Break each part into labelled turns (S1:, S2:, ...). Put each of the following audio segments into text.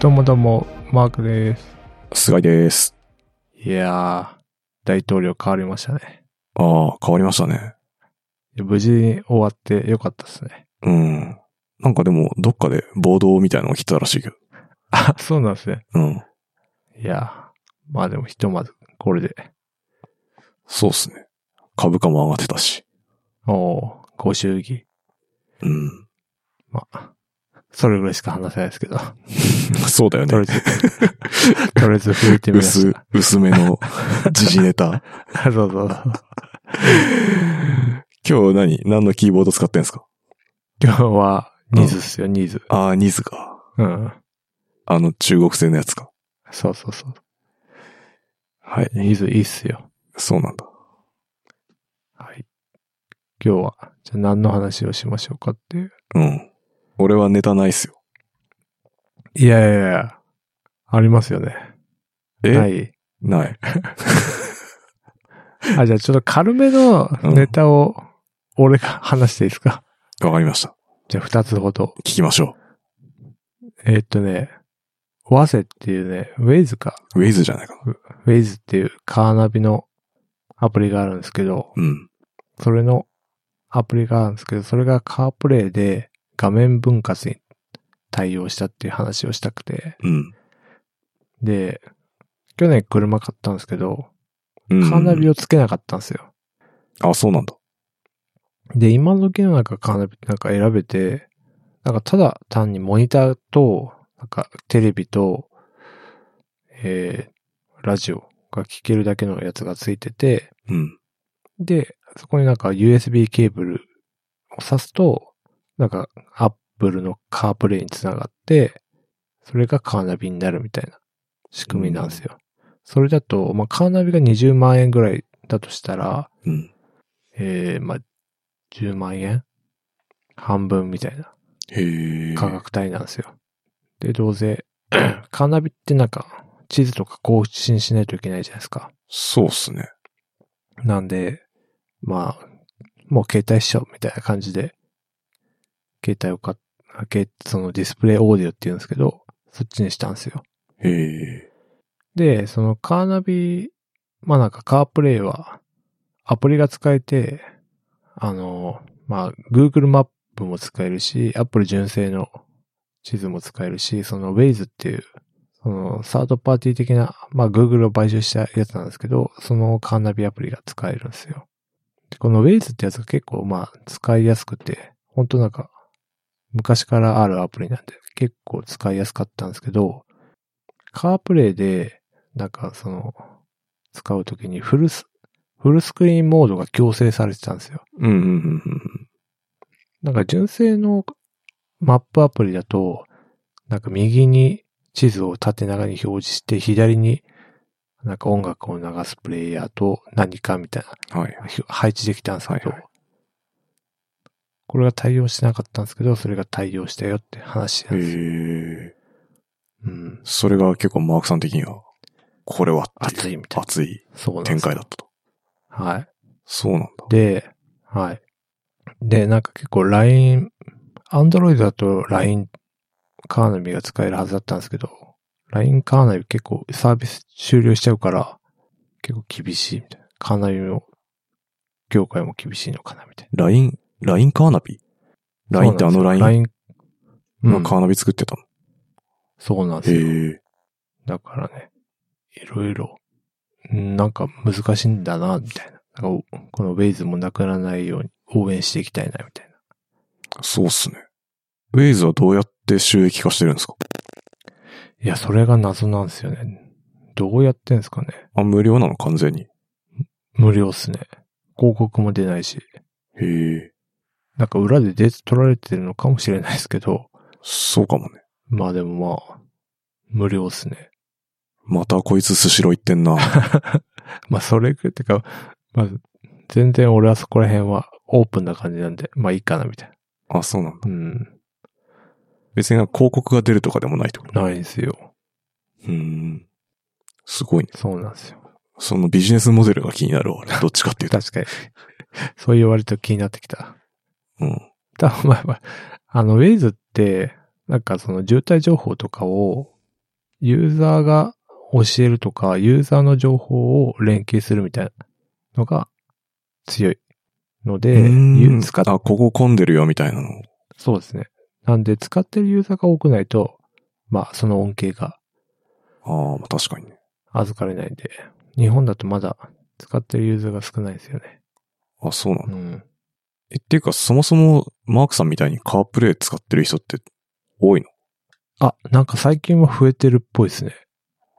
S1: どうもどうも、マークです。
S2: 菅井です。
S1: いやー、大統領変わりましたね。
S2: ああ、変わりましたね。
S1: 無事に終わってよかったですね。
S2: うん。なんかでも、どっかで暴動みたいなのが来てたらしいけど。
S1: あ、そうなんですね。
S2: うん。
S1: いやー、まあでもひとまず、これで。
S2: そうっすね。株価も上がってたし。
S1: おー、ご祝儀。
S2: うん。
S1: まあ、それぐらいしか話せないですけど。
S2: そうだよ
S1: とり
S2: ね。
S1: あえず、とりあえず拭いてみまし
S2: 薄
S1: た。、
S2: 薄め の時事ネタ。
S1: そうそうそう。
S2: 今日何何のキーボード使ってんすか
S1: 今日は、ニーズっすよ、ニーズ。
S2: ああ、ニズか。
S1: うん。
S2: あの、中国製のやつか。
S1: そうそうそう。
S2: はい。
S1: ニーズいいっすよ。
S2: そうなんだ。
S1: はい。今日は、じゃあ何の話をしましょうかっていう。
S2: うん。俺はネタないっすよ。
S1: いやいやいや、ありますよね。
S2: え
S1: はい。
S2: ない。
S1: あ、じゃあちょっと軽めのネタを、俺が話していいですか。
S2: わかりました。
S1: じゃあ二つほど。
S2: 聞きましょ
S1: えーっとね、ワセっていうね、ウェイズか、
S2: う。ウェイズじゃないかな。
S1: ウェイズっていうカーナビのアプリがあるんですけど、
S2: うん。
S1: それのアプリがあるんですけど、それがカープレイで画面分割に対応したっていう話をしたくて、
S2: うん。
S1: で、去年車買ったんですけど、
S2: うん
S1: カーナビをつけなかったんですよ。
S2: あ、そうなんだ。
S1: で、今時の中カーナビってなんか選べて、なんかただ単にモニターと、なんかテレビと、えー、ラジオが聴けるだけのやつがついてて、
S2: うん。
S1: で、そこになんか USB ケーブルを挿すと、なんか Apple のカープレイにつながって、それがカーナビになるみたいな仕組みなんですよ。それだと、まあカーナビが20万円ぐらいだとしたら、
S2: うん。
S1: えー、まあ、10万円半分みたいな
S2: へえ。
S1: 価格帯なんですよ。で、どうせ、 カーナビってなんか、地図とか更新しないといけないじゃないですか。
S2: そうっすね。
S1: なんで、まあ、もう携帯しちゃうみたいな感じで、携帯を買っ、あけそのディスプレイオーディオって言うんですけど、そっちにしたんですよ。
S2: へえ。
S1: で、そのカーナビ、まあなんかカープレイはアプリが使えて、あの、まあ Google マップも使えるし、Apple 純正の地図も使えるし、その Waze っていう、そのサードパーティー的な、まあ Google を買収したやつなんですけど、そのカーナビアプリが使えるんですよ。でこの Waze ってやつが結構まあ使いやすくて、本当なんか昔からあるアプリなんで結構使いやすかったんですけど、カープレイで、なんかその、使うときにフルス、フルスクリーンモードが強制されてたんですよ。
S2: うんうんうんうん。
S1: なんか純正のマップアプリだと、なんか右に地図を縦長に表示して、左になんか音楽を流すプレイヤーと何かみたい
S2: はい。
S1: なひ配置できたんですけど、
S2: はいは
S1: これが対応してなかったんですけど、それが対応したよって話
S2: へ
S1: なんですよ。
S2: え。
S1: うん。
S2: それが結構マークさん的には、これはって
S1: 熱いみたいな。
S2: 熱い
S1: そうなんで
S2: 展
S1: すよ
S2: 開だったと。
S1: はい。
S2: そうなんだ。
S1: で、はい。で、なんか結構 LINE、Android だと LINE カーナビが使えるはずだったんですけど、LINE カーナビ結構サービス終了しちゃうから、結構厳しいみたいな。カーナビも、業界も厳しいのかなみたい
S2: LINE、LINE カーナビ
S1: な。
S2: ?LINE ってあの LINE
S1: そうなんですよ
S2: が
S1: LINE うん、
S2: カーナビ作ってたの。
S1: そうなんですよ。
S2: へえ。
S1: だからね、いろいろ、うんなんか難しいんだな、みたいな。なんかこの Waze もなくならないように応援していきたいな、みたいな。
S2: そうっすね。ウェイズはどうやって収益化してるんですか
S1: いや、それが謎なんですよね。どうやってんですかね。
S2: あ、無料なの完全に。
S1: 無料っすね。広告も出ないし。
S2: へえ。
S1: なんか裏でデータ取られてるのかもしれないですけど、
S2: そうかもね。
S1: まあでもまあ、無料っすね。
S2: またこいつスシロー行ってん な。
S1: まあそれくらいってか、まあ、全然俺はそこら辺はオープンな感じなんで、まあいいかなみたい
S2: あ、そうなんだ。
S1: な。うん。
S2: 別になんか広告が出るとかでもないってこと
S1: ないんですよ。
S2: うん。すごいね。
S1: そうなんですよ。
S2: そのビジネスモデルが気になるわ。どっちかっていうと。
S1: 確かに。そう言われると気になってきた。
S2: うん。
S1: ただ、まあまあ、あの、ウェイズって、なんかその渋滞情報とかをユーザーが教えるとか、ユーザーの情報を連携するみたいなのが強いの で、
S2: う
S1: ゆ
S2: ん
S1: 使っ
S2: あ、ここ混んでるよみたいなの。
S1: そうですね。なんで、使ってるユーザーが多くないと、まあ、その恩恵が
S2: ああ、まあ確かにね。
S1: 預かれないんで、日本だとまだ使ってるユーザーが少ないですよね。
S2: あ、そうなん
S1: う
S2: だ。
S1: ん。
S2: え、っていうか、そもそも、マークさんみたいにカープレイ使ってる人って多いの
S1: あ、なんか最近は増えてるっぽいですね。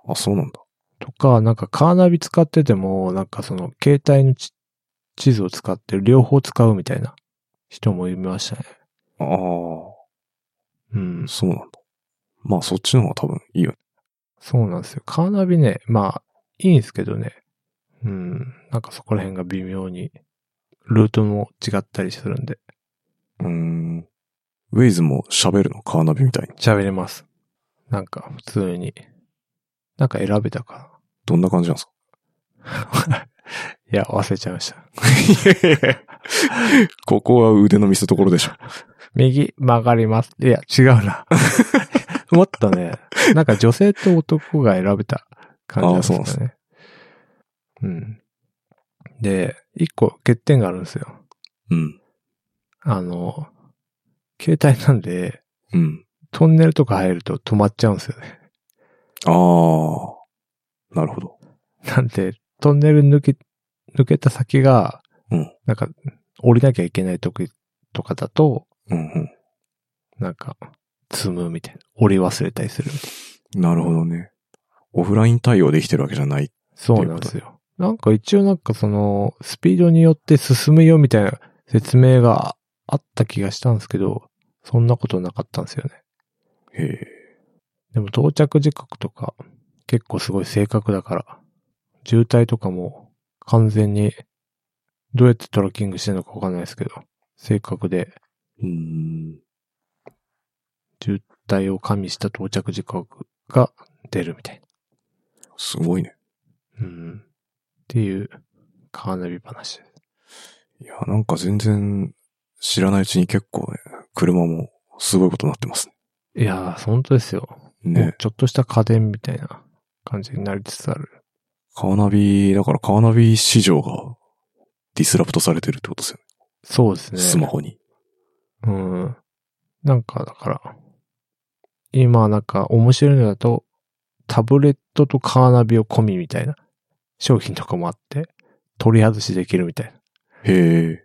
S2: あ、そうなんだ。
S1: とか、なんかカーナビ使ってても、なんかその携帯のち地図を使って両方使うみたいな人もいましたね。
S2: ああ、
S1: うん。
S2: そうなんだ。まあ、そっちの方が多分いいよね。
S1: そうなんですよ。カーナビね、まあ、いいんですけどね。うん。なんかそこら辺が微妙に、ルートも違ったりするんで、
S2: うーん。ウェイズも喋るのカーナビみたいに。
S1: 喋れます。なんか普通に。なんか選べたか
S2: どんな感じなんですか
S1: な。いや、忘れちゃいました。
S2: いやいやいやここは腕の見せ所でしょ。
S1: 右曲がります。いや、違うな。もっとね、なんか女性と男が選べた感じなんです
S2: あーそ
S1: よね。うん。で、一個欠点があるんですよ。
S2: うん。
S1: あの、携帯なんで、
S2: うん。
S1: トンネルとか入ると止まっちゃうんですよね。
S2: ああ、なるほど。
S1: なんで、トンネル抜け、抜けた先が、
S2: うん
S1: なんか、降りなきゃいけない時とかだと、
S2: うんうん。
S1: なんか、積むみたいな。降り忘れたりするみたいな。
S2: なるほどね。オフライン対応できてるわけじゃない。
S1: そうなんですよ。なんか一応なんかその、スピードによって進むよみたいな説明があった気がしたんですけど、そんなことなかったんですよね。
S2: へえ。
S1: でも到着時刻とか結構すごい正確だから、渋滞とかも完全にどうやってトラッキングしてるのかわかんないですけど、正確で
S2: うーん。
S1: 渋滞を加味した到着時刻が出るみたい
S2: すごいね。
S1: な。うん。っていうカーナビ話です。
S2: いや、なんか全然知らないうちに結構ね、車もすごいことになってます
S1: いやー、本当ですよ。
S2: ね。
S1: もう
S2: ね。
S1: ちょっとした家電みたいな感じになりつつある。
S2: カーナビ、だからカーナビ市場がディスラプトされてるってことですよ
S1: そうです
S2: ね。
S1: ね。
S2: スマホに。
S1: うん。なんか、だから、今、なんか、面白いのだと、タブレットとカーナビを込みみたいな商品とかもあって、取り外しできるみたいな。
S2: へ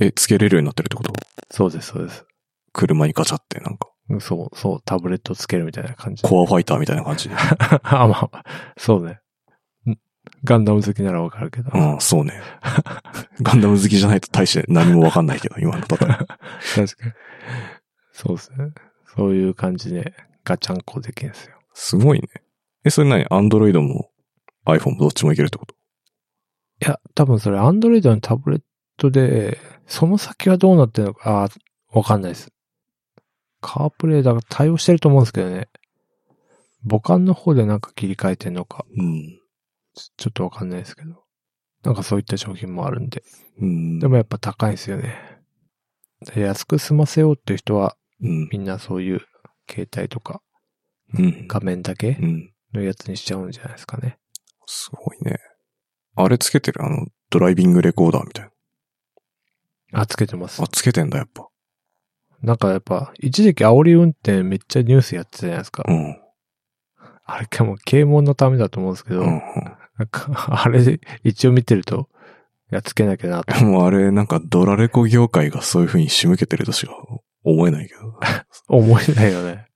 S2: え。え、つけれるようになってるってこと
S1: そうです、そうです。
S2: 車にガチャってなんか、
S1: うんそう、そう、タブレットつけるみたいな感じ。
S2: コアファイターみたいな感 じで。
S1: あ、まあ、そうね。んガンダム好きならわかるけど。
S2: うん、そうね。ガンダム好きじゃないと大して何もわかんないけど、今の例え。
S1: 確かに。そうですね。そういう感じで、ガチャンコできるんですよ。
S2: すごいね。え、それ何アンドロイドも iPhone もどっちもいけるってこと
S1: いや、多分それ、アンドロイドのタブレットで、その先はどうなってるのか、あーわかんないです。カープレイだから対応してると思うんですけどね。母艦の方でなんか切り替えてんのか、
S2: うん。
S1: ちちょっとわかんないですけど。なんかそういった商品もあるんで。
S2: うん。
S1: でもやっぱ高いんですよね。で安く済ませようっていう人は、
S2: うん。
S1: みんなそういう携帯とか
S2: うん。
S1: 画面だけ
S2: うん。
S1: のやつにしちゃうんじゃないですかね。
S2: すごいね。あれつけてるあの、ドライビングレコーダーみたい
S1: あ、つけてます
S2: な。あ、。つけてんだ、やっぱ。
S1: なんかやっぱ、一時期煽り運転めっちゃニュースやってたじゃないですか。
S2: うん。
S1: あれかも、啓蒙のためだと思うんですけど、
S2: うん。う
S1: なんか、あ れ、一応見てると、いや、つけなきゃ なと。
S2: んもうあれ、なんかドラレコ業界がそういう風に仕向けてるとしか思えないけど。
S1: 思えないよね。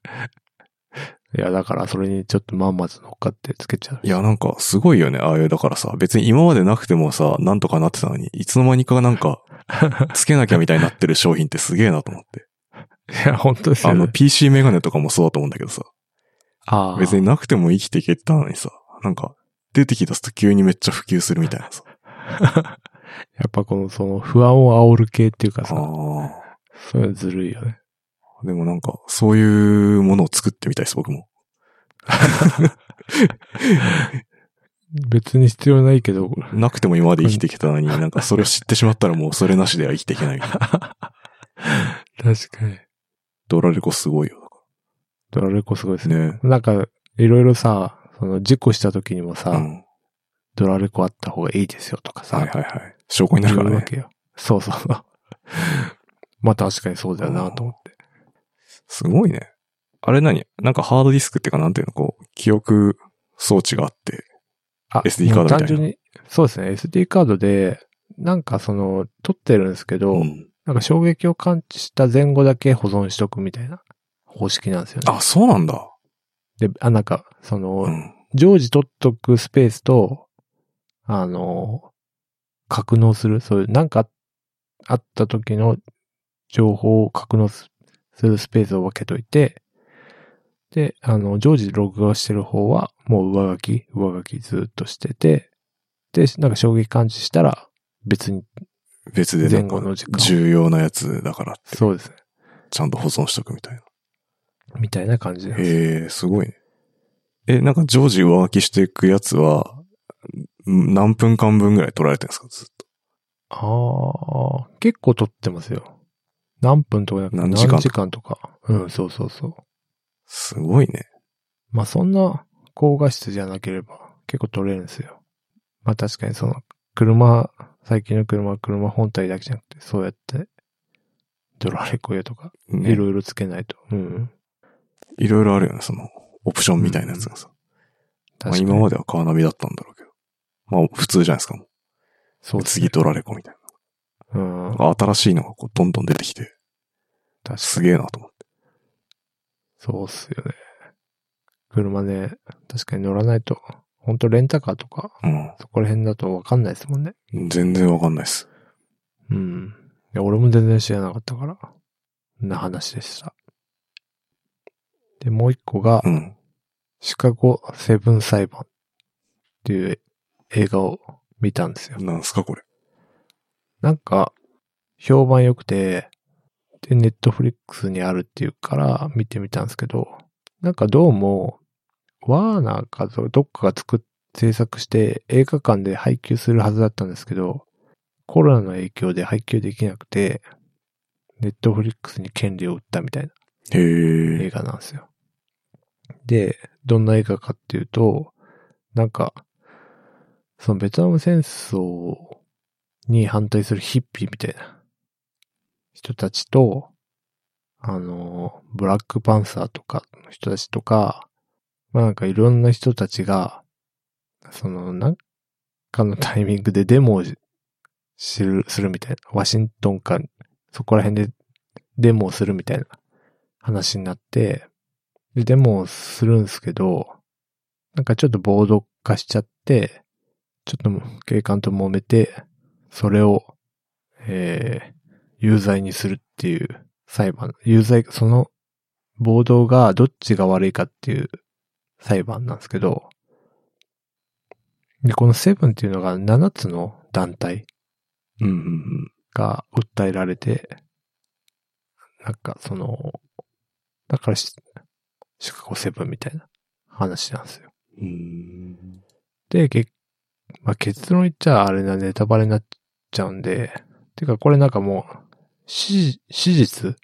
S1: いや、だから、それにちょっとまんまと乗っかってつけちゃう。
S2: いや、なんかすごいよね。ああいう、だからさ、別に今までなくてもさ、なんとかなってたのに、いつの間にかなんか、 つけなきゃみたいになってる商品ってすげえなと思って。
S1: いや、本当です
S2: あ
S1: よ、
S2: の
S1: ね。
S2: PC メガネとかもそうだと思うんだけどさ、
S1: ああ
S2: 別になくても生きていけたのにさ、なんか、出てきたと急にめっちゃ普及するみたいなさ。
S1: やっぱこの、その、不安を煽る系っていうか
S2: あ
S1: さ、
S2: あ。
S1: そういうのずるいよね。
S2: でもなんか、そういうものを作ってみたいです、僕も。
S1: 別に必要ないけど、
S2: なくても今まで生きてきた のに、なんかそれを知ってしまったらもうそれなしでは生きていけないみたいな。
S1: 確かに。
S2: ドラレコすごいよ。
S1: ドラレコすごいですね。
S2: ね。
S1: なんか、いろいろさ、その事故した時にもさ、
S2: うん。
S1: ドラレコあった方がいいですよとかさ、
S2: はいはいはい。証拠になるから
S1: 言うわ
S2: ね。
S1: けよ。そうそうそう。 まあ確かにそうだよなと思って。
S2: すごいね。あれ何なんかハードディスクっていうかなんていうのこう、記憶装置があって。
S1: あ
S2: SD カードみたい
S1: 単
S2: な
S1: 純に、そうですね、SD カードで、なんかその、撮ってるんですけど、
S2: うん。
S1: なんか衝撃を感知した前後だけ保存しとくみたいな方式なんですよね。
S2: あ、そうなんだ。
S1: で、あ、なんか、その、
S2: うん。
S1: 常時取っとくスペースと、あの、格納する、そういう、なんかあった時の情報を格納すするスペースを分けといて、で、あの、常時録画してる方は、もう上書き、上書きずっとしてて、で、なんか衝撃感知したら、別に、
S2: 別でなんか
S1: 前後の時間
S2: 重要なやつだからって、
S1: そうですね、
S2: ちゃんと保存しとくみたいな。
S1: みたいな感じなんです。
S2: へえ、すごいね。え、なんか常時上書きしていくやつは、ん何分間分ぐらい取られてるんですかずっと。
S1: ああ、結構撮ってますよ。何分とかじゃなくて、
S2: 何時間とか
S1: 何時間とか。うん、そうそうそう。
S2: すごいね。
S1: まあそんな高画質じゃなければ結構撮れるんですよ。まあ確かにその車、最近の車は車本体だけじゃなくてそうやってドラレコやとか
S2: ね
S1: いろいろつけないと。うん。
S2: いろいろあるよね、その、オプションみたいなやつがさ。
S1: 確
S2: ま
S1: か
S2: あ
S1: に。
S2: 今まではカーナビだったんだろうけど。まあ普通じゃないですか。も
S1: そううですね
S2: 次ドラレコみたい
S1: うん。
S2: な。新しいのがこうどんどん出てきて、
S1: 確か
S2: すげえなと思って。
S1: そうっすよね。車ね、確かに乗らないと、ほんとレンタカーとか、そこら辺だとわかんないですもんね。
S2: うん。全然わかんないっす。
S1: うん。いや、俺も全然知らなかったから、な話でした。で、もう一個が
S2: う、ん。
S1: シカゴセブン裁判っていう映画を見たんですよ。
S2: なんすかこれ。
S1: なんか、評判良くて、で、ネットフリックスにあるっていうから見てみたんですけど、なんかどうも、ワーナーかどっかが作っ、制作して映画館で配給するはずだったんですけど、コロナの影響で配給できなくて、ネットフリックスに権利を売ったみたいな
S2: へ
S1: 映
S2: え。
S1: 画なんですよ。で、どんな映画かっていうと、なんか、そのベトナム戦争に反対するヒッピーみたいな人たちと、あの、ブラックパンサーとかの人たちとか、まあなんかいろんな人たちが、その、なんかのタイミングでデモをしするするみたいな、ワシントンか、そこら辺でデモをするみたいな話になって、で、デモをするんですけど、なんかちょっと暴動化しちゃって、ちょっともう警官と揉めて、それを、えー、有罪にするっていう裁判、有罪、その暴動がどっちが悪いかっていう裁判なんですけど、で、このセブンっていうのが7つの団体
S2: うんうんうん。
S1: が訴えられて、なんかその、だからしシカゴセブンみたいな話なんですよ。
S2: うん
S1: で、結まあ、結論言っちゃあれなネタバレになっちゃうんで、てかこれなんかもう、史史実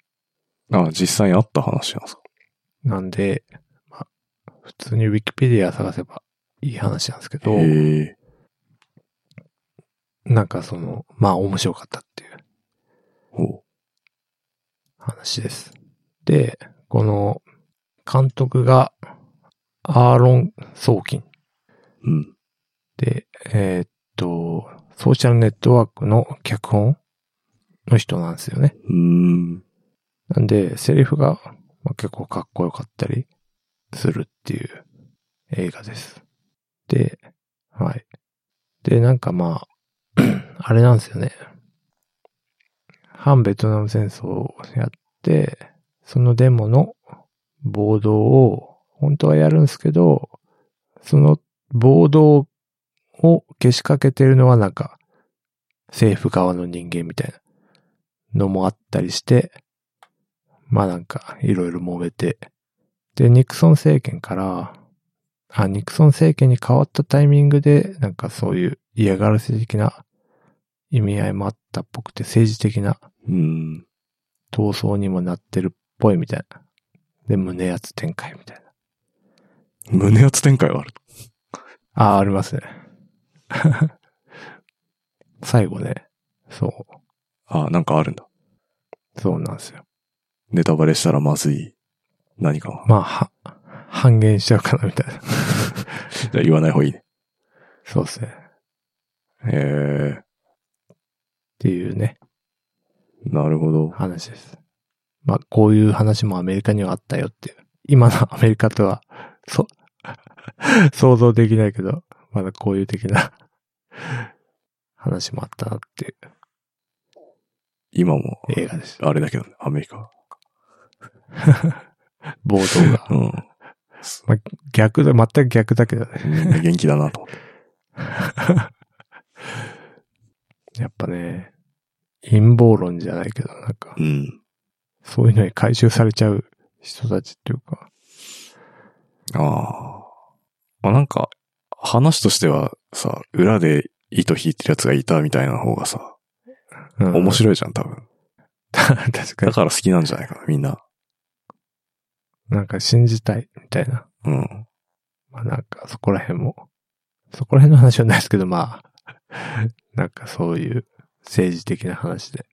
S2: あ、実際にあった話なんですか。
S1: なんで、まあ、普通にウィキペディア探せばいい話なんですけど、
S2: へえ。
S1: なんかその、まあ面白かったっていう
S2: ほ
S1: 話です。で、この監督がアーロン・ソーキン
S2: う。うん。
S1: で、えーっと、ソーシャルネットワークの脚本の人なんですよね。
S2: うーん。
S1: なんで、セリフがまあ結構かっこよかったりするっていう映画です。で、はい。で、なんかまあ、 あれなんですよね。反ベトナム戦争をやって、そのデモの暴動を、本当はやるんですけど、その暴動をけしかけてるのはなんか、政府側の人間みたいなのもあったりして、まあなんか、いろいろ揉めて。で、ニクソン政権から、あ、ニクソン政権に変わったタイミングで、なんかそういう嫌がらせ的な意味合いもあったっぽくて、政治的な
S2: うん。
S1: 闘争にもなってるっぽいみたいな。で、胸圧展開みたいな
S2: 胸圧展開はある。
S1: ああ、ありますね。 最後ね。そ
S2: あなんかあるんだ。
S1: う。そうなんですよ。
S2: ネタバレしたらまずい。何かが。
S1: まあ、は、半減しちゃうかな、みたいな。
S2: じゃあ言わない方がいいね。
S1: そうですね。っ
S2: え
S1: ていうね、
S2: ー、なるほど。
S1: 話です。まあ、こういう話もアメリカにはあったよっていう。今のアメリカとは、そ、 想像できないけど、まだこういう的な 話もあったなっていう
S2: 今も、
S1: 映画です。
S2: あれだけどね、アメリカ。
S1: 冒頭が。
S2: うん。
S1: 逆だ、全く逆だけどね。
S2: みんな元気だなと思って。
S1: やっぱね、陰謀論じゃないけど、なんか
S2: う、ん。
S1: そういうのに回収されちゃう人たちっていうか、
S2: ああ。まあなんか、話としてはさ、裏で糸引いてるやつがいたみたいな方がさ、
S1: うん
S2: 面白いじゃん、多分。
S1: 確か
S2: だ
S1: に。
S2: から好きなんじゃないかな、みんな。
S1: なんか信じたい、みたいな。
S2: うん。
S1: まあなんかそこら辺も、そこら辺の話はないですけど、まあ、 なんかそういう政治的な話で、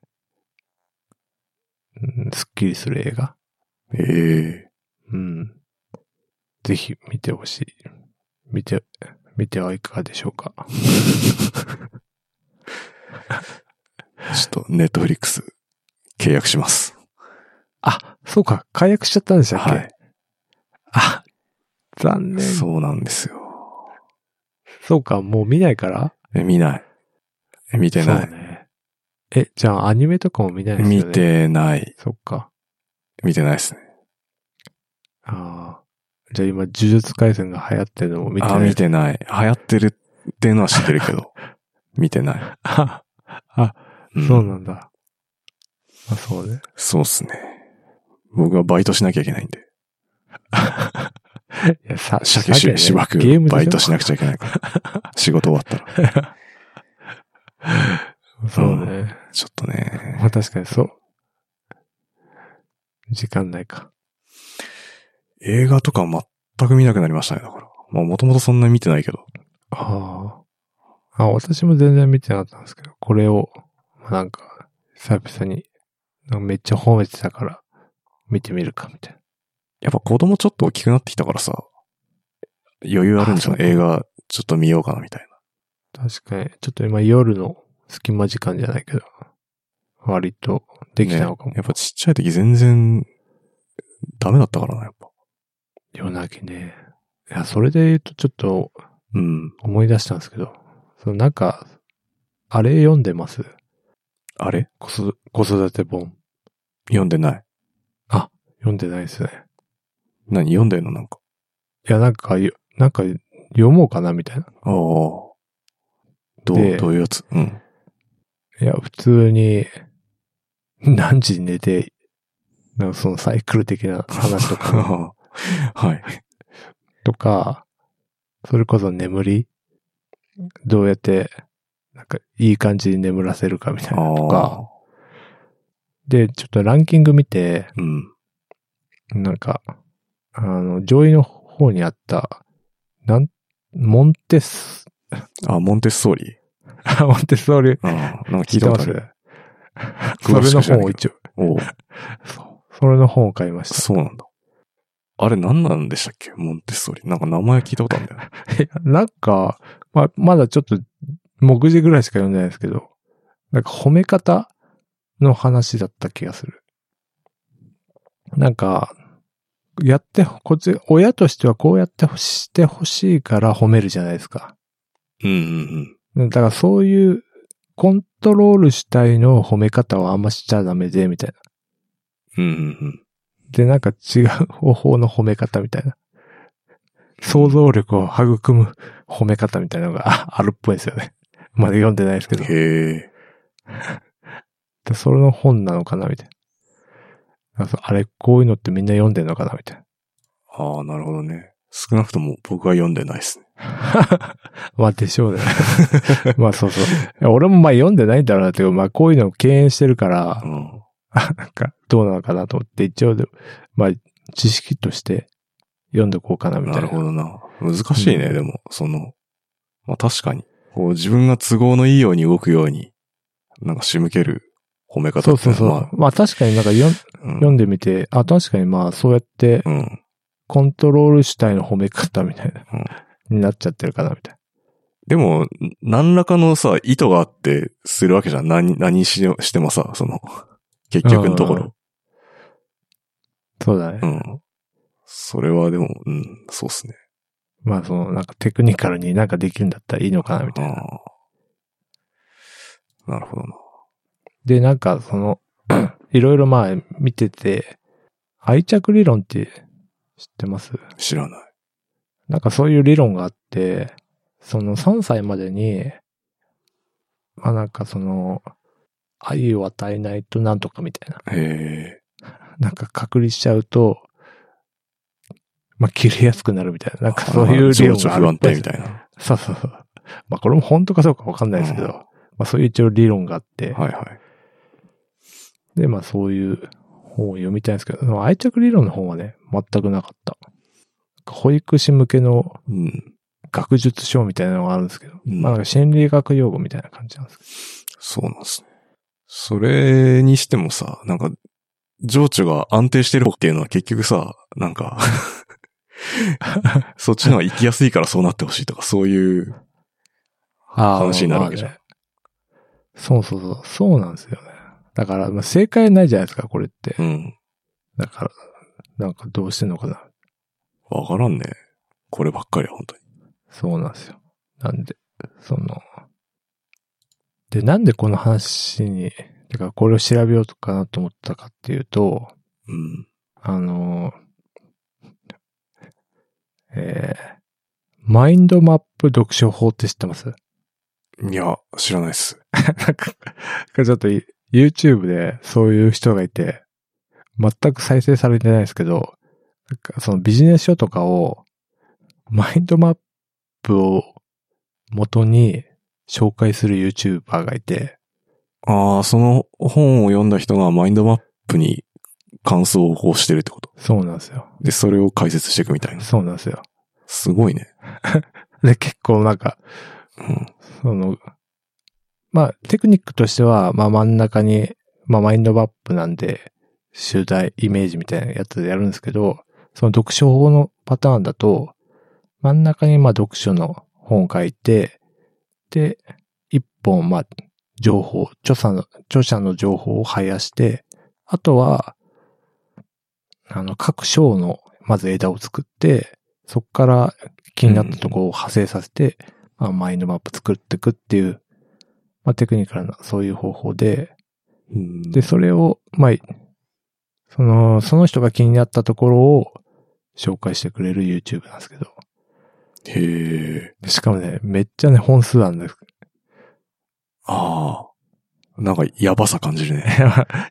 S1: うん、すっきりする映画。
S2: ええ
S1: うん。ぜひ見てほしい。見て、見てはいかがでしょうか。
S2: ちょっと、ネットフリックス、契約します。
S1: あ、そうか、解約しちゃったんでしたっけ、
S2: はい。
S1: あ、残念。そう
S2: そうなんですよ。
S1: か、もう見ないから
S2: え、見ない。え見て
S1: そ
S2: な
S1: う
S2: い。
S1: ね。え、じゃあアニメとかも見ないですよね。
S2: 見。てない。
S1: そっか。
S2: 見てないですね。
S1: ああ。じゃあ今、呪術回戦が流行ってるのも見てない。
S2: あ、見。てない。流行ってるっていうのは知ってる けど、見てない。
S1: あ、
S2: うん
S1: そうなんだ。あ、そうね。
S2: そうっすね。僕はバイトしなきゃいけないんで。
S1: いや、さ、
S2: 社会主
S1: 鮭ね
S2: 義しばく
S1: ゲームでしょ
S2: バイトしなくちゃいけな いから。仕事終わったら。
S1: そうね。
S2: ちょっとね。
S1: まあ確かにそう。時間ないか。
S2: 映画とか全く見なくなりましたね、だから。まあもともとそんなに見てないけど。
S1: ああ。あ、私も全然見てなかったんですけど、これを、まあなんか、久々に、なんかめっちゃ褒めてたから、見てみるか、みたい
S2: やっぱ子供ちょっと大きくなってきたからさ、余裕あるんじゃ
S1: あ
S2: な
S1: そう
S2: い映画ちょっと見ようかなみたい
S1: な。確かに、ちょっと今夜の隙間時間じゃないけど、割とできたの
S2: な。
S1: かも。
S2: やっぱちっちゃい時全然ダメだったからな、やっぱ。
S1: 夜泣きね。いや、それで言うとちょっと
S2: うん。
S1: 思い出したんですけど、そのなんか、あれ読んでます
S2: あれ
S1: 子育子育て本。
S2: 読んでない。
S1: 読んでないですね。
S2: 何読んでんのなんか。
S1: いや、なんか、よなんか読もうかな、みたいな。
S2: ああ。どう、
S1: で
S2: どういうやつうん。
S1: いや、普通に、何時に寝て、なんかそのサイクル的な話と か、
S2: はい。
S1: とか、それこそ眠り、どうやって、なんか、いい感じに眠らせるかみたいなとか、
S2: あ
S1: で、ちょっとランキング見て、
S2: ー。うん。
S1: なんか、あの、上位の方にあった、なん、モンテ ス、
S2: あ、モンテッソーリー。
S1: あモンテソーリ、
S2: ああ、なんか聞いたことある。
S1: そ
S2: 詳
S1: れ
S2: し
S1: の
S2: く知
S1: 本
S2: らない
S1: を
S2: けど
S1: 一応、
S2: おう
S1: そうそれの本を買いました。
S2: そうなんだ。あれ何なんでしたっけモンテッソーリ。なんか名前聞いたことあるんだよね。
S1: いやなんか、まあ、まだちょっと、目次ぐらいしか読んでないですけど、なんか褒め方の話だった気がする。なんか、やって、こっち、親としてはこうやってほししてほしいから褒めるじゃないですか。
S2: うんうん
S1: だからそういう、コントロールしたいのを褒め方はあんましちゃダメで、みたいな。
S2: うん。うんうんうん。
S1: で、なんか違う方法の褒め方みたいな。想像力を育む褒め方みたいなのが ああるっぽいんですよね。まだ読んでないですけど。
S2: へえ。
S1: でそれの本なのかなみたいな。なんかそうあれ、こういうのってみんな読んでんのかなみたいな。
S2: ああ、なるほどね。少なくとも僕は読んでないですね。
S1: まあ、でしょうね。まあ、そうそういや。俺もまあ読んでないんだろうなっていう、まあ、こういうのを敬遠してるから
S2: う、ん。
S1: なんか、どうなのかなと思って、一応で、まあ、知識として読んでこうかなみたいな。
S2: なるほどな。難しいね、
S1: うん
S2: でも、その、まあ確かに、こう自分が都合のいいように動くように、なんか仕向ける褒め方
S1: そう
S2: って
S1: そう
S2: の
S1: そう。
S2: は、
S1: まあ確かになんか読ん
S2: まあ、うん
S1: 読んでみて、あ、確かにまあそうやって
S2: うん。
S1: コントロール主体の褒め方みたいな、になっちゃってるかなみたい
S2: でも、何らかのさ、意図があってするわけじゃん。何、何しよしてもさ、その、結局のところ。
S1: な。そうだね。
S2: うん。それはでも、うん、そうっすね。
S1: まあそのなんかテクニカルになんかできるんだったらいいのかなみたいな。
S2: あーなるほどな。
S1: で、なんかその、 いろいろまあ見てて、愛着理論って知ってます
S2: 知らない。
S1: なんかそういう理論があって、その3歳までに、まあなんかその、愛を与えないとなんとかみたいな。
S2: へ
S1: なんか隔離しちゃうと、まあ切れやすくなるみたいな。なん
S2: え。
S1: かそういう理
S2: 情
S1: 論
S2: 緒
S1: があ
S2: 不
S1: るっ
S2: 安
S1: ぽい
S2: 定
S1: です。
S2: み たいな。
S1: そうそうそう。まあこれも本当かそうかわかんないですけど、
S2: うん
S1: まあそういう一応理論があって、
S2: はいはい。
S1: でまあそういう本を読みたいんですけど、でも愛着理論の本はね、全くなかった。保育士向けの
S2: うん。
S1: 学術書みたいなのがあるんですけど、
S2: うん
S1: まあなんか心理学用語みたいな感じなんですけ
S2: そうなんですね。それにしてもさ、なんか、情緒が安定してる方っていうのは結局さ、なんか、 そっちの方が行きやすいからそうなってほしいとか、そういう
S1: ど。あ
S2: 話になるわけじゃん。
S1: そうそうそう、そうなんですよね。だから、まあ、正解ないじゃないですか、これって。
S2: うん。
S1: だから、なんかどうしてんのかな。
S2: わからんね。こればっかりは本当に。
S1: そうなんですよ。なんで、その、で、なんでこの話に、てかこれを調べようかなと思ったかっていうと、
S2: うん。
S1: あの、えー、マインドマップ読書法って知ってます
S2: いや、知らないっす。
S1: なんか、ちょっと YouTube でそういう人がいて、全く再生されてないですけど、なんかそのビジネス書とかを、マインドマップを元に紹介する YouTuber がいて、
S2: ああ、その本を読んだ人がマインドマップに感想をこうしてるってこと。
S1: そうなんですよ。
S2: で、それを解説していくみたいな。
S1: そうなんですよ。
S2: すごいね。
S1: で、結構なんか、
S2: うん。
S1: その、まあ、テクニックとしては、まあ真ん中に、まあマインドマップなんで、主題、イメージみたいなやつでやるんですけど、その読書法のパターンだと、真ん中にまあ読書の本を書いて、で、一本まあ情報、著者の、著者の情報を生やして、あとは、あの、各章のまず枝を作って、そこから気になったところを派生させて、まあ、マインドマップ作っていくっていう、まあ、テクニカルな、そういう方法で、
S2: うん
S1: で、それを、まあ、その、その人が気になったところを紹介してくれる YouTube なんですけど、
S2: へえ。
S1: でしかもね、めっちゃね、本数あるんです。
S2: ああ。なんか、やばさ感じるね。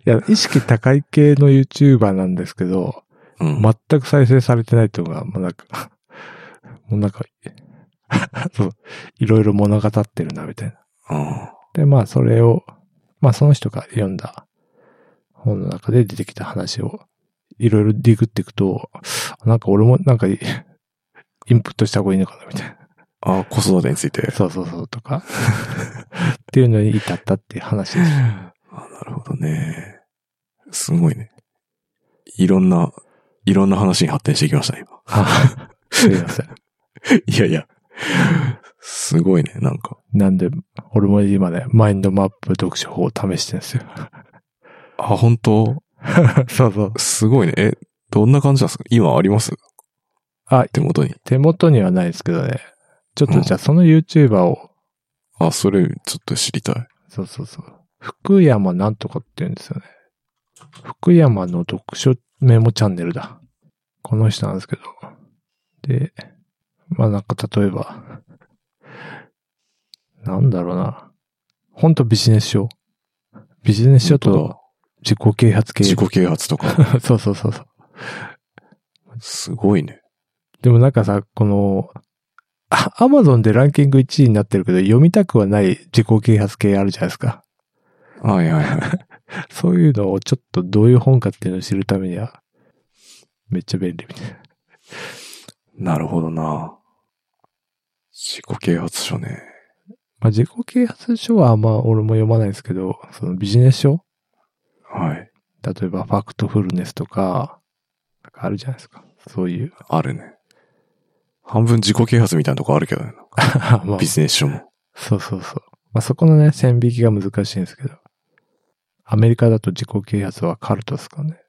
S1: いや、意識高い系の YouTuber なんですけど、
S2: うん。
S1: 全く再生されてないっていうのが、もうなんか、 もうなんか、 そう、いろいろ物語ってるな、みたいな。
S2: うん
S1: で、まあ、それを、まあ、その人が読んだ本の中で出てきた話を、いろいろディグっていくと、なんか俺も、なんかい、インプットした方がいいのかな、みたいな。
S2: ああ、子育てについて。
S1: そうそうそう、とか。っていうのに至ったっていう話です。
S2: あなるほどね。すごいね。いろんな、いろんな話に発展していきましたね、
S1: あすいません。
S2: 今。 いやいや。すごいね、なんか。
S1: なんで、俺も今ね、マインドマップ読書法を試してるんですよ。
S2: あ、本当
S1: そうそう。
S2: すごいね。え、どんな感じなんですか今あります
S1: あ
S2: 手元に。
S1: 手元にはないですけどね。ちょっ
S2: う
S1: と
S2: ん
S1: じゃあその YouTuber を、
S2: あ、それ、ちょっと知りたい。
S1: そうそうそう。福山なんとかって言うんですよね。福山の読書メモチャンネルだ。この人なんですけど。で、まあなんか例えば、なんだろうな。ほんとビジネス書。ビジネス書
S2: 本当だ
S1: と自己啓発系。
S2: 自己啓発と か。
S1: そうそうそうそう。
S2: すごいね。
S1: でもなんかさ、この、あアマゾンでランキング1位になってるけど、読みたくはない自己啓発系あるじゃないですか。
S2: はいはいはい。
S1: そういうのをちょっとどういう本かっていうのを知るためには、めっちゃ便利みたいな。
S2: なるほどな。自己啓発書ね。
S1: まあ、自己啓発書はあんま俺も読まないですけど、そのビジネス書
S2: はい。
S1: 例えばファクトフルネスとか、なんかあるじゃないですか。そう いう。
S2: あるね。半分自己啓発みたいなとこあるけどね。
S1: まあ
S2: ビジネス書も。
S1: そうそうそう。まあ、そこのね、線引きが難しいんですけど。アメリカだと自己啓発はカルトですかね。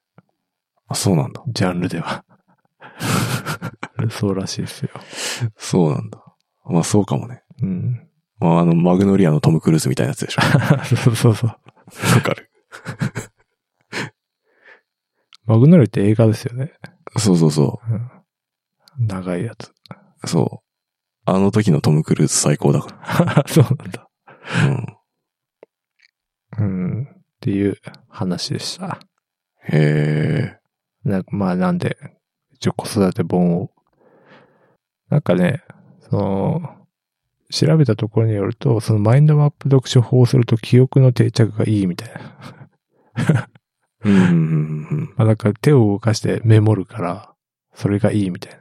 S2: あ、そうな んだ。
S1: ジャンルでは。そうらしいですよ。
S2: そうなんだ。まあそうかもね。
S1: うん。
S2: まああの、マグノリアのトム・クルーズみたいなやつでしょ。
S1: そうそうそう。
S2: わかる。
S1: マグノリアって映画ですよね。
S2: そうそうそ
S1: うん。長いやつ。
S2: う。そう。あの時のトム・クルーズ最高だ か
S1: そうなんだ。
S2: ら。うん。
S1: うん。っていう話でした。
S2: へえ。
S1: なんかまあなんで、一応子育て本を。なんかね、その、調べたところによると、そのマインドマップ読書法をすると記憶の定着がいいみたいな。
S2: うんうんうんうん。
S1: まあなんか手を動かしてメモるから、それがいいみたいな。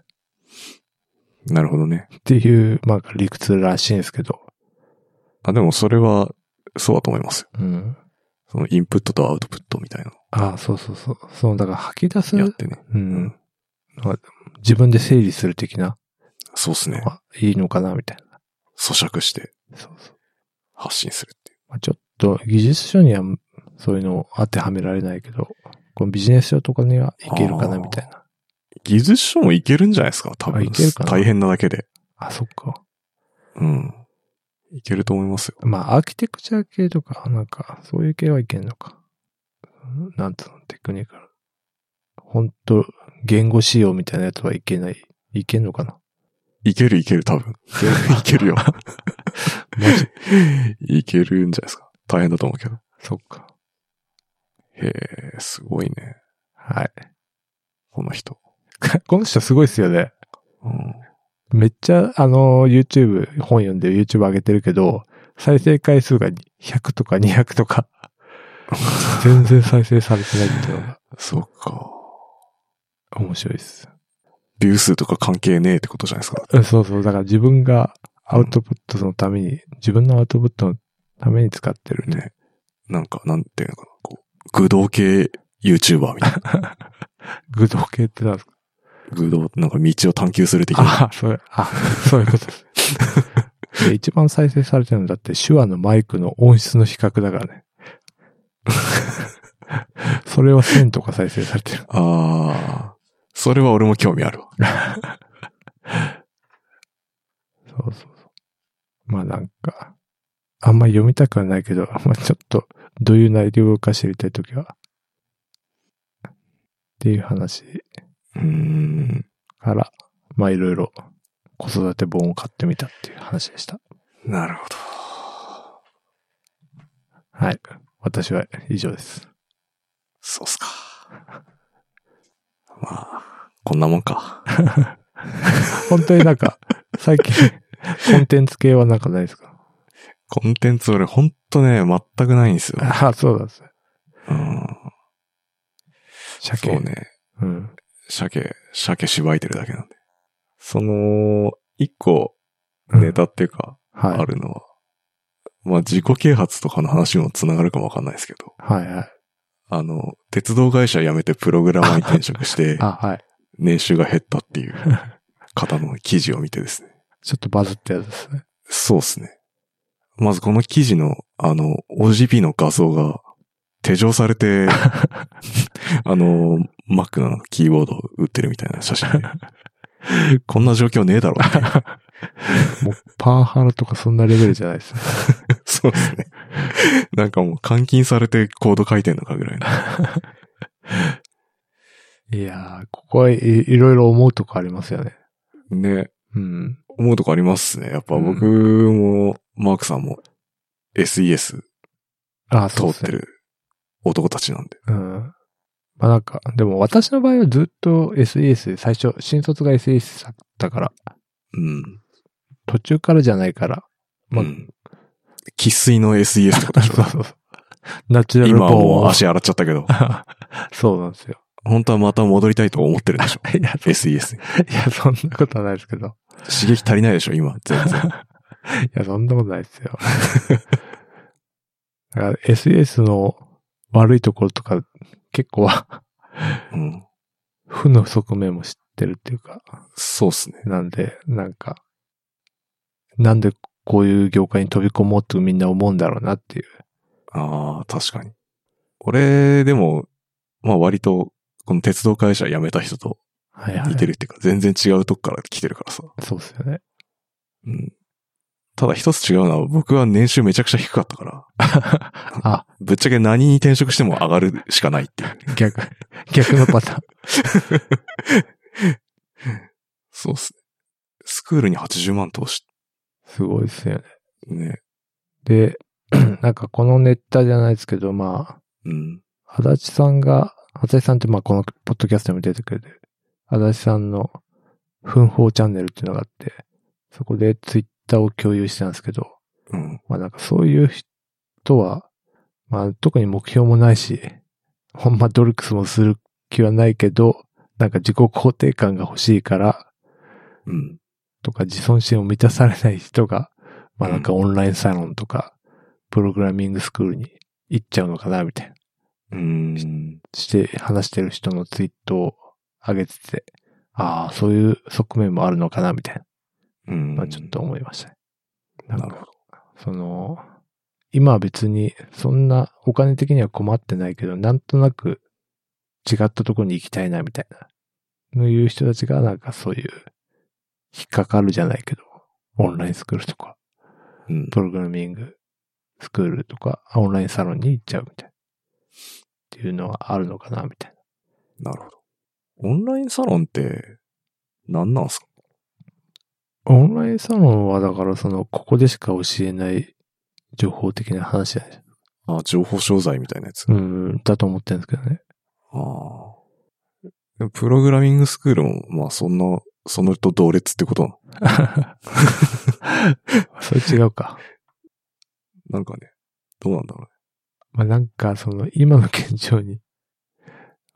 S2: なるほどね。
S1: っていう、まあ理屈らしいんですけど。
S2: あ、でもそれは、そうだと思いますよ。
S1: うん。
S2: そのインプットとアウトプットみたいな
S1: ああ、そうそうそう。その、だから吐き出す。
S2: のやってね。
S1: う
S2: うん
S1: ん。まあ自分で整理する的な、
S2: そうっすね。
S1: まあいいのかなみたい
S2: 咀嚼して
S1: な。そうそう。
S2: 発信するっていう。
S1: まあ、ちょっと技術書にはそういうのを当てはめられないけど、このビジネス書とかにはいけるかなみたいな。
S2: 技術書もいけるんじゃないですか多
S1: あ
S2: 分。
S1: いけるかな
S2: 大変なだけで。
S1: あ、そっか。
S2: うん。いけると思いますよ。
S1: まあ、アーキテクチャ系とか、なんか、そういう系はいけんのか。うんなんつうの、テクニカル。ほんと、言語仕様みたいなやつはいけない。いけんのかない
S2: けるいける、多分。 いけるよ。いけるんじゃないですか。大変だと思うけど。
S1: そっか。
S2: へえ、すごいね。
S1: はい。
S2: この人。
S1: この人すごいっすよね。
S2: うん。
S1: めっちゃ、あの、YouTube、本読んで YouTube 上げてるけど、再生回数が100とか200とか、全然再生されてないっていうのが
S2: そうか。
S1: 面白いです。
S2: ビュー数とか関係ねえってことじゃないですか。
S1: うんそうそう。だから自分がアウトプットのために、自分のアウトプットのために使ってるね。
S2: ね。なんか、なんていうのかな。こう、愚道系 YouTuber みたいな。
S1: 具道系ってなんですか
S2: 愚道、なんか道を探求する的な。
S1: ああ、そういう、あそういうことです。 で一番再生されてるのだって手話のマイクの音質の比較だから ね。それは1000とか再生されてる。
S2: あー。それは俺も興味あるわ。
S1: そうそうそう。まあなんか、あんまり読みたくはないけど、まあちょっと、どういう内容か知りたいときは。っていう話
S2: うーん。
S1: から、まあいろいろ子育て本を買ってみたっていう話でした。
S2: なるほど。
S1: はい。私は以上です。
S2: そうっすか。まあ、こんなもんか。
S1: 本当になん か、最近、コンテンツ系はなんかないですか
S2: コンテンツ俺ほんとね、全くないんですよ。
S1: ああ、そうなんですね。
S2: うん。
S1: 鮭。
S2: そう。ね。
S1: うん。
S2: 鮭、鮭しばいてるだけなんで。その、一個ネタっていうか、
S1: はい。
S2: あるのは、まあ自己啓発とかの話にも繋がるかもわかんないですけど、
S1: はいはい。
S2: あの、鉄道会社辞めてプログラマーに転職して、
S1: あ、はい。
S2: 年収が減ったっていう方の記事を見てですね。
S1: ちょっとバズったやつですね。
S2: そうですね。まずこの記事の、あの、OGP の画像が手錠さ れて、あの、Mac のキーボードを打ってるみたいな写真で。こんな状況ねえだろ って。
S1: もう、パワハラとかそんなレベルじゃないですね。
S2: そうですね。なんかもう監禁されてコード書いてんのかぐらいの。
S1: いやー、ここはい、いろいろ思うとこありますよね。
S2: ね、
S1: うん。
S2: 思うとこありますね。やっぱ僕も、マークさんも SES
S1: ああ、
S2: 通
S1: そうで
S2: っ
S1: す
S2: て
S1: ね。
S2: る男たちなんで。
S1: うん。まあなんか、でも私の場合はずっと SES で、最初、新卒が SES だったから、
S2: うん。
S1: 途中からじゃないから、ま
S2: う
S1: あ
S2: ん。喫水の SES ってことでしょ
S1: そうそうそう。ナチュラルボ
S2: 今
S1: ー
S2: は
S1: ン
S2: もう
S1: を。
S2: 足洗っちゃったけど。
S1: そうなんですよ。
S2: 本当はまた戻り たいと思ってるでしょ
S1: いや、そ
S2: ?SES に。
S1: いや、そんなことはないですけど。
S2: 刺激足りないでしょ今、全 然。
S1: いや、そんなことないですよ。 だから SS の悪いところとか、結構は
S2: うん。
S1: 負の側面も知ってるっていうか、
S2: そうっすね。
S1: なんで、なんか、なんでこういう業界に飛び込もうとみんな思うんだろうなっていう。
S2: ああ、確かに。俺、でも、まあ割と、この鉄道会社辞めた人と
S1: はい
S2: 似てるっていうか、全然違うとこから来てるからさ。
S1: そうですよね。
S2: うん。ただ一つ違うのは、僕は年収めちゃくちゃ低かった から、
S1: あ、
S2: ぶっちゃけ何に転職しても上がるしかないっていう。
S1: 逆、 逆のパターン。
S2: そうっすね。スクールに80万投資。
S1: すごいですよね。
S2: ね。
S1: で、 なんかこのネタじゃないですけど、ま
S2: うん。
S1: あ、足立さんが、足立さんってまあこのポッドキャストにも出てくれてる、足立さんの奮法チャンネルっていうのがあって、そこでツイッターを共有してたんですけど、
S2: うん。
S1: まあなんかそういう人は、まあ特に目標もないし、ほんま努力もする気はないけど、なんか自己肯定感が欲しいから、
S2: うん。
S1: とか自尊心を満たされない人が、まあ
S2: うん
S1: なんかオンラインサロンとか、プログラミングスクールに行っちゃうのかな、みたいな。
S2: うーん。
S1: して、話してる人のツイートを上げてて、ああ、そういう側面もあるのかな、みたいな。
S2: うん。
S1: まあちょっ。と思いましたね。
S2: な
S1: なん
S2: るほ
S1: か、
S2: ど。
S1: その、今は別に、そんなお金的には困ってないけど、なんとなく違ったところに行きたいな、みたいな。のいう人たちが、なんかそういう、引っかかるじゃないけど、オンラインスクールとか、
S2: うん。
S1: プログラミングスクールとか、オンラインサロンに行っちゃうみたいな。っていうのはあるのかな、みたい
S2: なるほど。オンラインサロンって、何なんすか
S1: な。オンラインサロンは、だからその、ここでしか教えない情報的な話じゃないですか。
S2: あ、情報商材みたいなやつ。
S1: うん、だと思ってるんですけどね。
S2: ああ。でもプログラミングスクールも、まあそんな、そのと同列ってことなの
S1: それ違うか。
S2: なんかね、どうなんだろ
S1: まあなんか、その、今の現状に、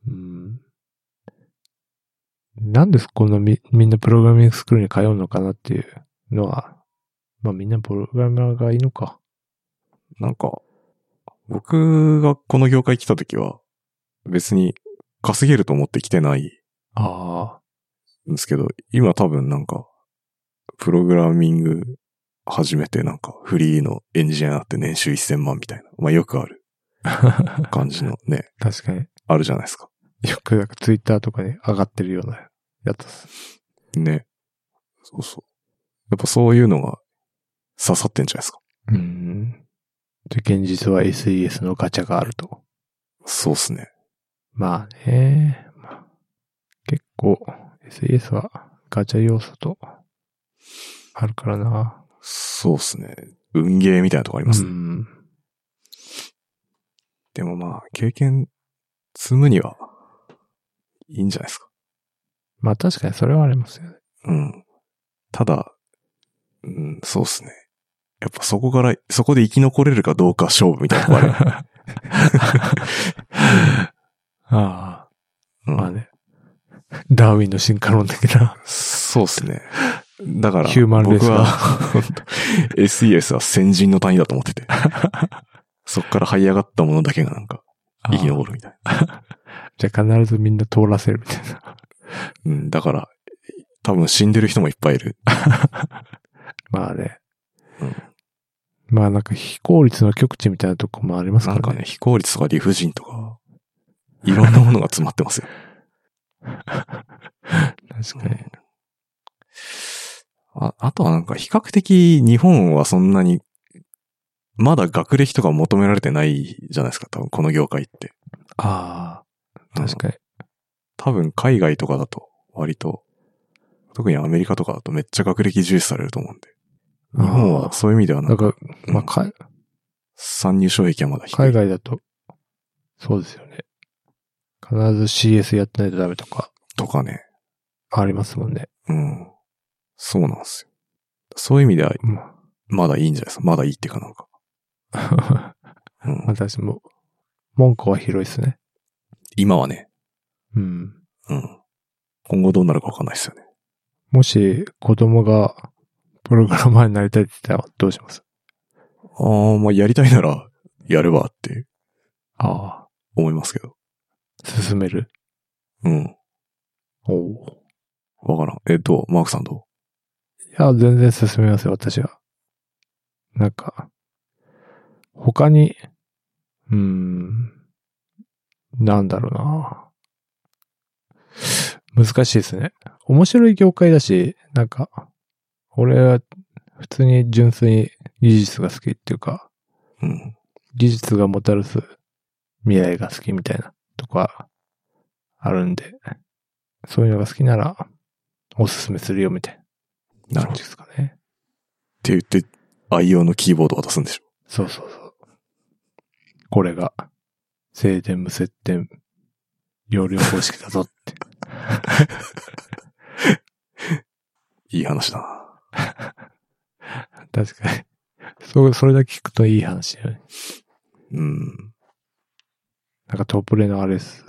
S1: うん、なんでこんなみ、みんなプログラミングスクールに通うのかなっていうのは、まあみんなプログラマーがいいのか。
S2: うね。なんか、僕がこの業界来た時は、別に稼げると思って来てない
S1: あ
S2: んですけど、今多分なんか、プログラミング始めてなんか、フリーのエンジニアになって年収1000万みたいな、まあよくある
S1: あ。
S2: 感じのね、
S1: 確かに。
S2: あるじゃないですか。
S1: よくなんかツイッターとかに上がってるようなやつっす。
S2: ね。そうそう。やっぱそういうのが刺さってんじゃないですか。
S1: うん。で、現実は SES のガチャがあると。
S2: そうっすね。
S1: まあね。まあ結構 SES はガチャ要素とあるからな。
S2: そうっすね。運ゲーみたいなとこありますね。
S1: ん。
S2: でもまあ、経験積むには、いいんじゃないですか。
S1: まあ確かにそれはありますよね。
S2: うん。ただ、うん、そうっすね。やっぱそこから、そこで生き残れるかどうか勝負みたいなとこあるよ
S1: ああ。
S2: うん
S1: まあね。ダーウィンの進化論的な。
S2: そうっすね。だから、
S1: ヒューマンレース
S2: 僕
S1: が
S2: は、本 当 SES は先人の単位だと思ってて。そこから這い上がったものだけがなんか、生き残るみたいな。
S1: じゃあ必ずみんな通らせるみたいな。
S2: うん、だから、多分死んでる人もいっぱいいる。
S1: まあね。
S2: うん
S1: まあなんか非効率の極地みたいなとこもありますか
S2: なん
S1: ら
S2: か
S1: ね。
S2: ね、非効率とか理不尽とか、いろんなものが詰まってますよ。
S1: 確かに。
S2: ああとはなんか比較的日本はそんなに、まだ学歴とか求められてないじゃないですか、多分この業界って。
S1: ああ、確
S2: に。
S1: かに。
S2: 多分海外とかだと割と、特にアメリカとかだとめっちゃ学歴重視されると思うんで。日本はそういう意味ではな
S1: なん
S2: んか、
S1: か、まあ
S2: うん
S1: か、
S2: 参入障壁はまだ低い。
S1: 海外だと、そうですよね。必ず CS やってないとダメとか、
S2: とかね。
S1: ありますもんね。
S2: うん。そうなんですよ。そういう意味では
S1: ま
S2: まだいいんじゃないですか。まだいいっていうかなんか。
S1: あ、
S2: うん、
S1: 私も、文句は広いですね。
S2: 今はね。
S1: うん。
S2: うん。今後どうなるかわかんないですよね。
S1: もし子供がプログラマーになりたいって言ったらどうします
S2: ああ、まあやりたいなら、やるわって
S1: ああ、
S2: 思いますけど。
S1: 進める。
S2: うん。
S1: おお。
S2: わからん。え、どうマークさんど
S1: いや、全然進めますよ、私は。なんか、他に、うーん、なんだろうな。難しいですね。面白い業界だし、なんか、俺は普通に純粋に技術が好きっていうか、
S2: ううん。
S1: 技術がもたらす未来が好きみたいなとかあるんで、そういうのが好きならおすすめするよみたいな
S2: なる
S1: 感
S2: ほ
S1: じ
S2: ど。
S1: で
S2: っ
S1: すかね。
S2: て言って、愛用のキーボード渡すんでしょ。
S1: そうそうそう。これが静電無接点容量方式だぞって。
S2: いい話だな。
S1: 確かに。そう、それだけ聞くといい話だよね。
S2: うん。
S1: なんかトープレのあれです。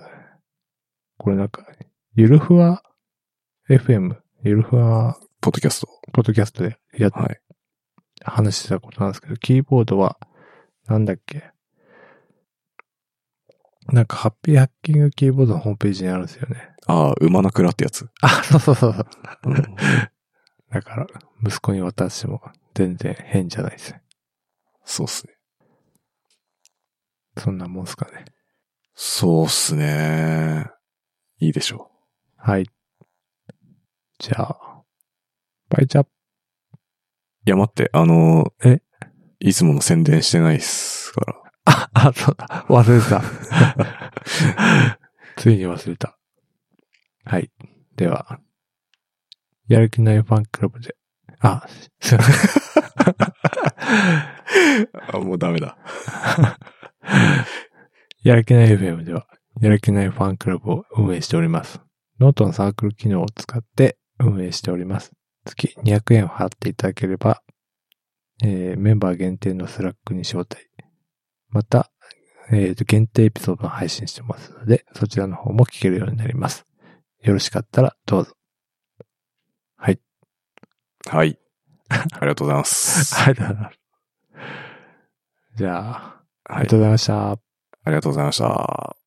S1: これなんか、ゆるふわ FM、ゆるふわ
S2: ポッドキャスト。
S1: ポッドキャストでやっ
S2: はい。
S1: 話してたことなんですけど、キーボードは、なんだっけ。なんか、ハッピーハッキングキーボードのホームページにあるんですよね。
S2: ああ、馬なくらってやつ。
S1: あ、 そうそうそうそう。
S2: うん、
S1: だから、息子に渡しても全然変じゃないですね。
S2: そうっすね。
S1: そんなもんすかね。
S2: そうっすね。いいでしょ
S1: はい。じゃあ、バイチャップ。
S2: う。いや、待って、あの、
S1: え
S2: いつもの宣伝してないっすから。
S1: あ、そうだ。忘れてた。 ついに忘れた。はい。では、やる気ないファンクラブで。あ、すいません。
S2: あ、もうダメだ。
S1: やる気ない FM では、やる気ないファンクラブを運営しております。ノートのサークル機能を使って運営しております。月200円を払っていただければ、えーメンバー限定のスラックに招待。また、えーと限定エピソードを配信してますので、そちらの方も聞けるようになります。よろしかったらどうぞ。はい。
S2: はい。ありがとうございます。
S1: はい、だ なじゃあ、あ
S2: は
S1: り
S2: い
S1: がと。うございました。
S2: ありがとうございました。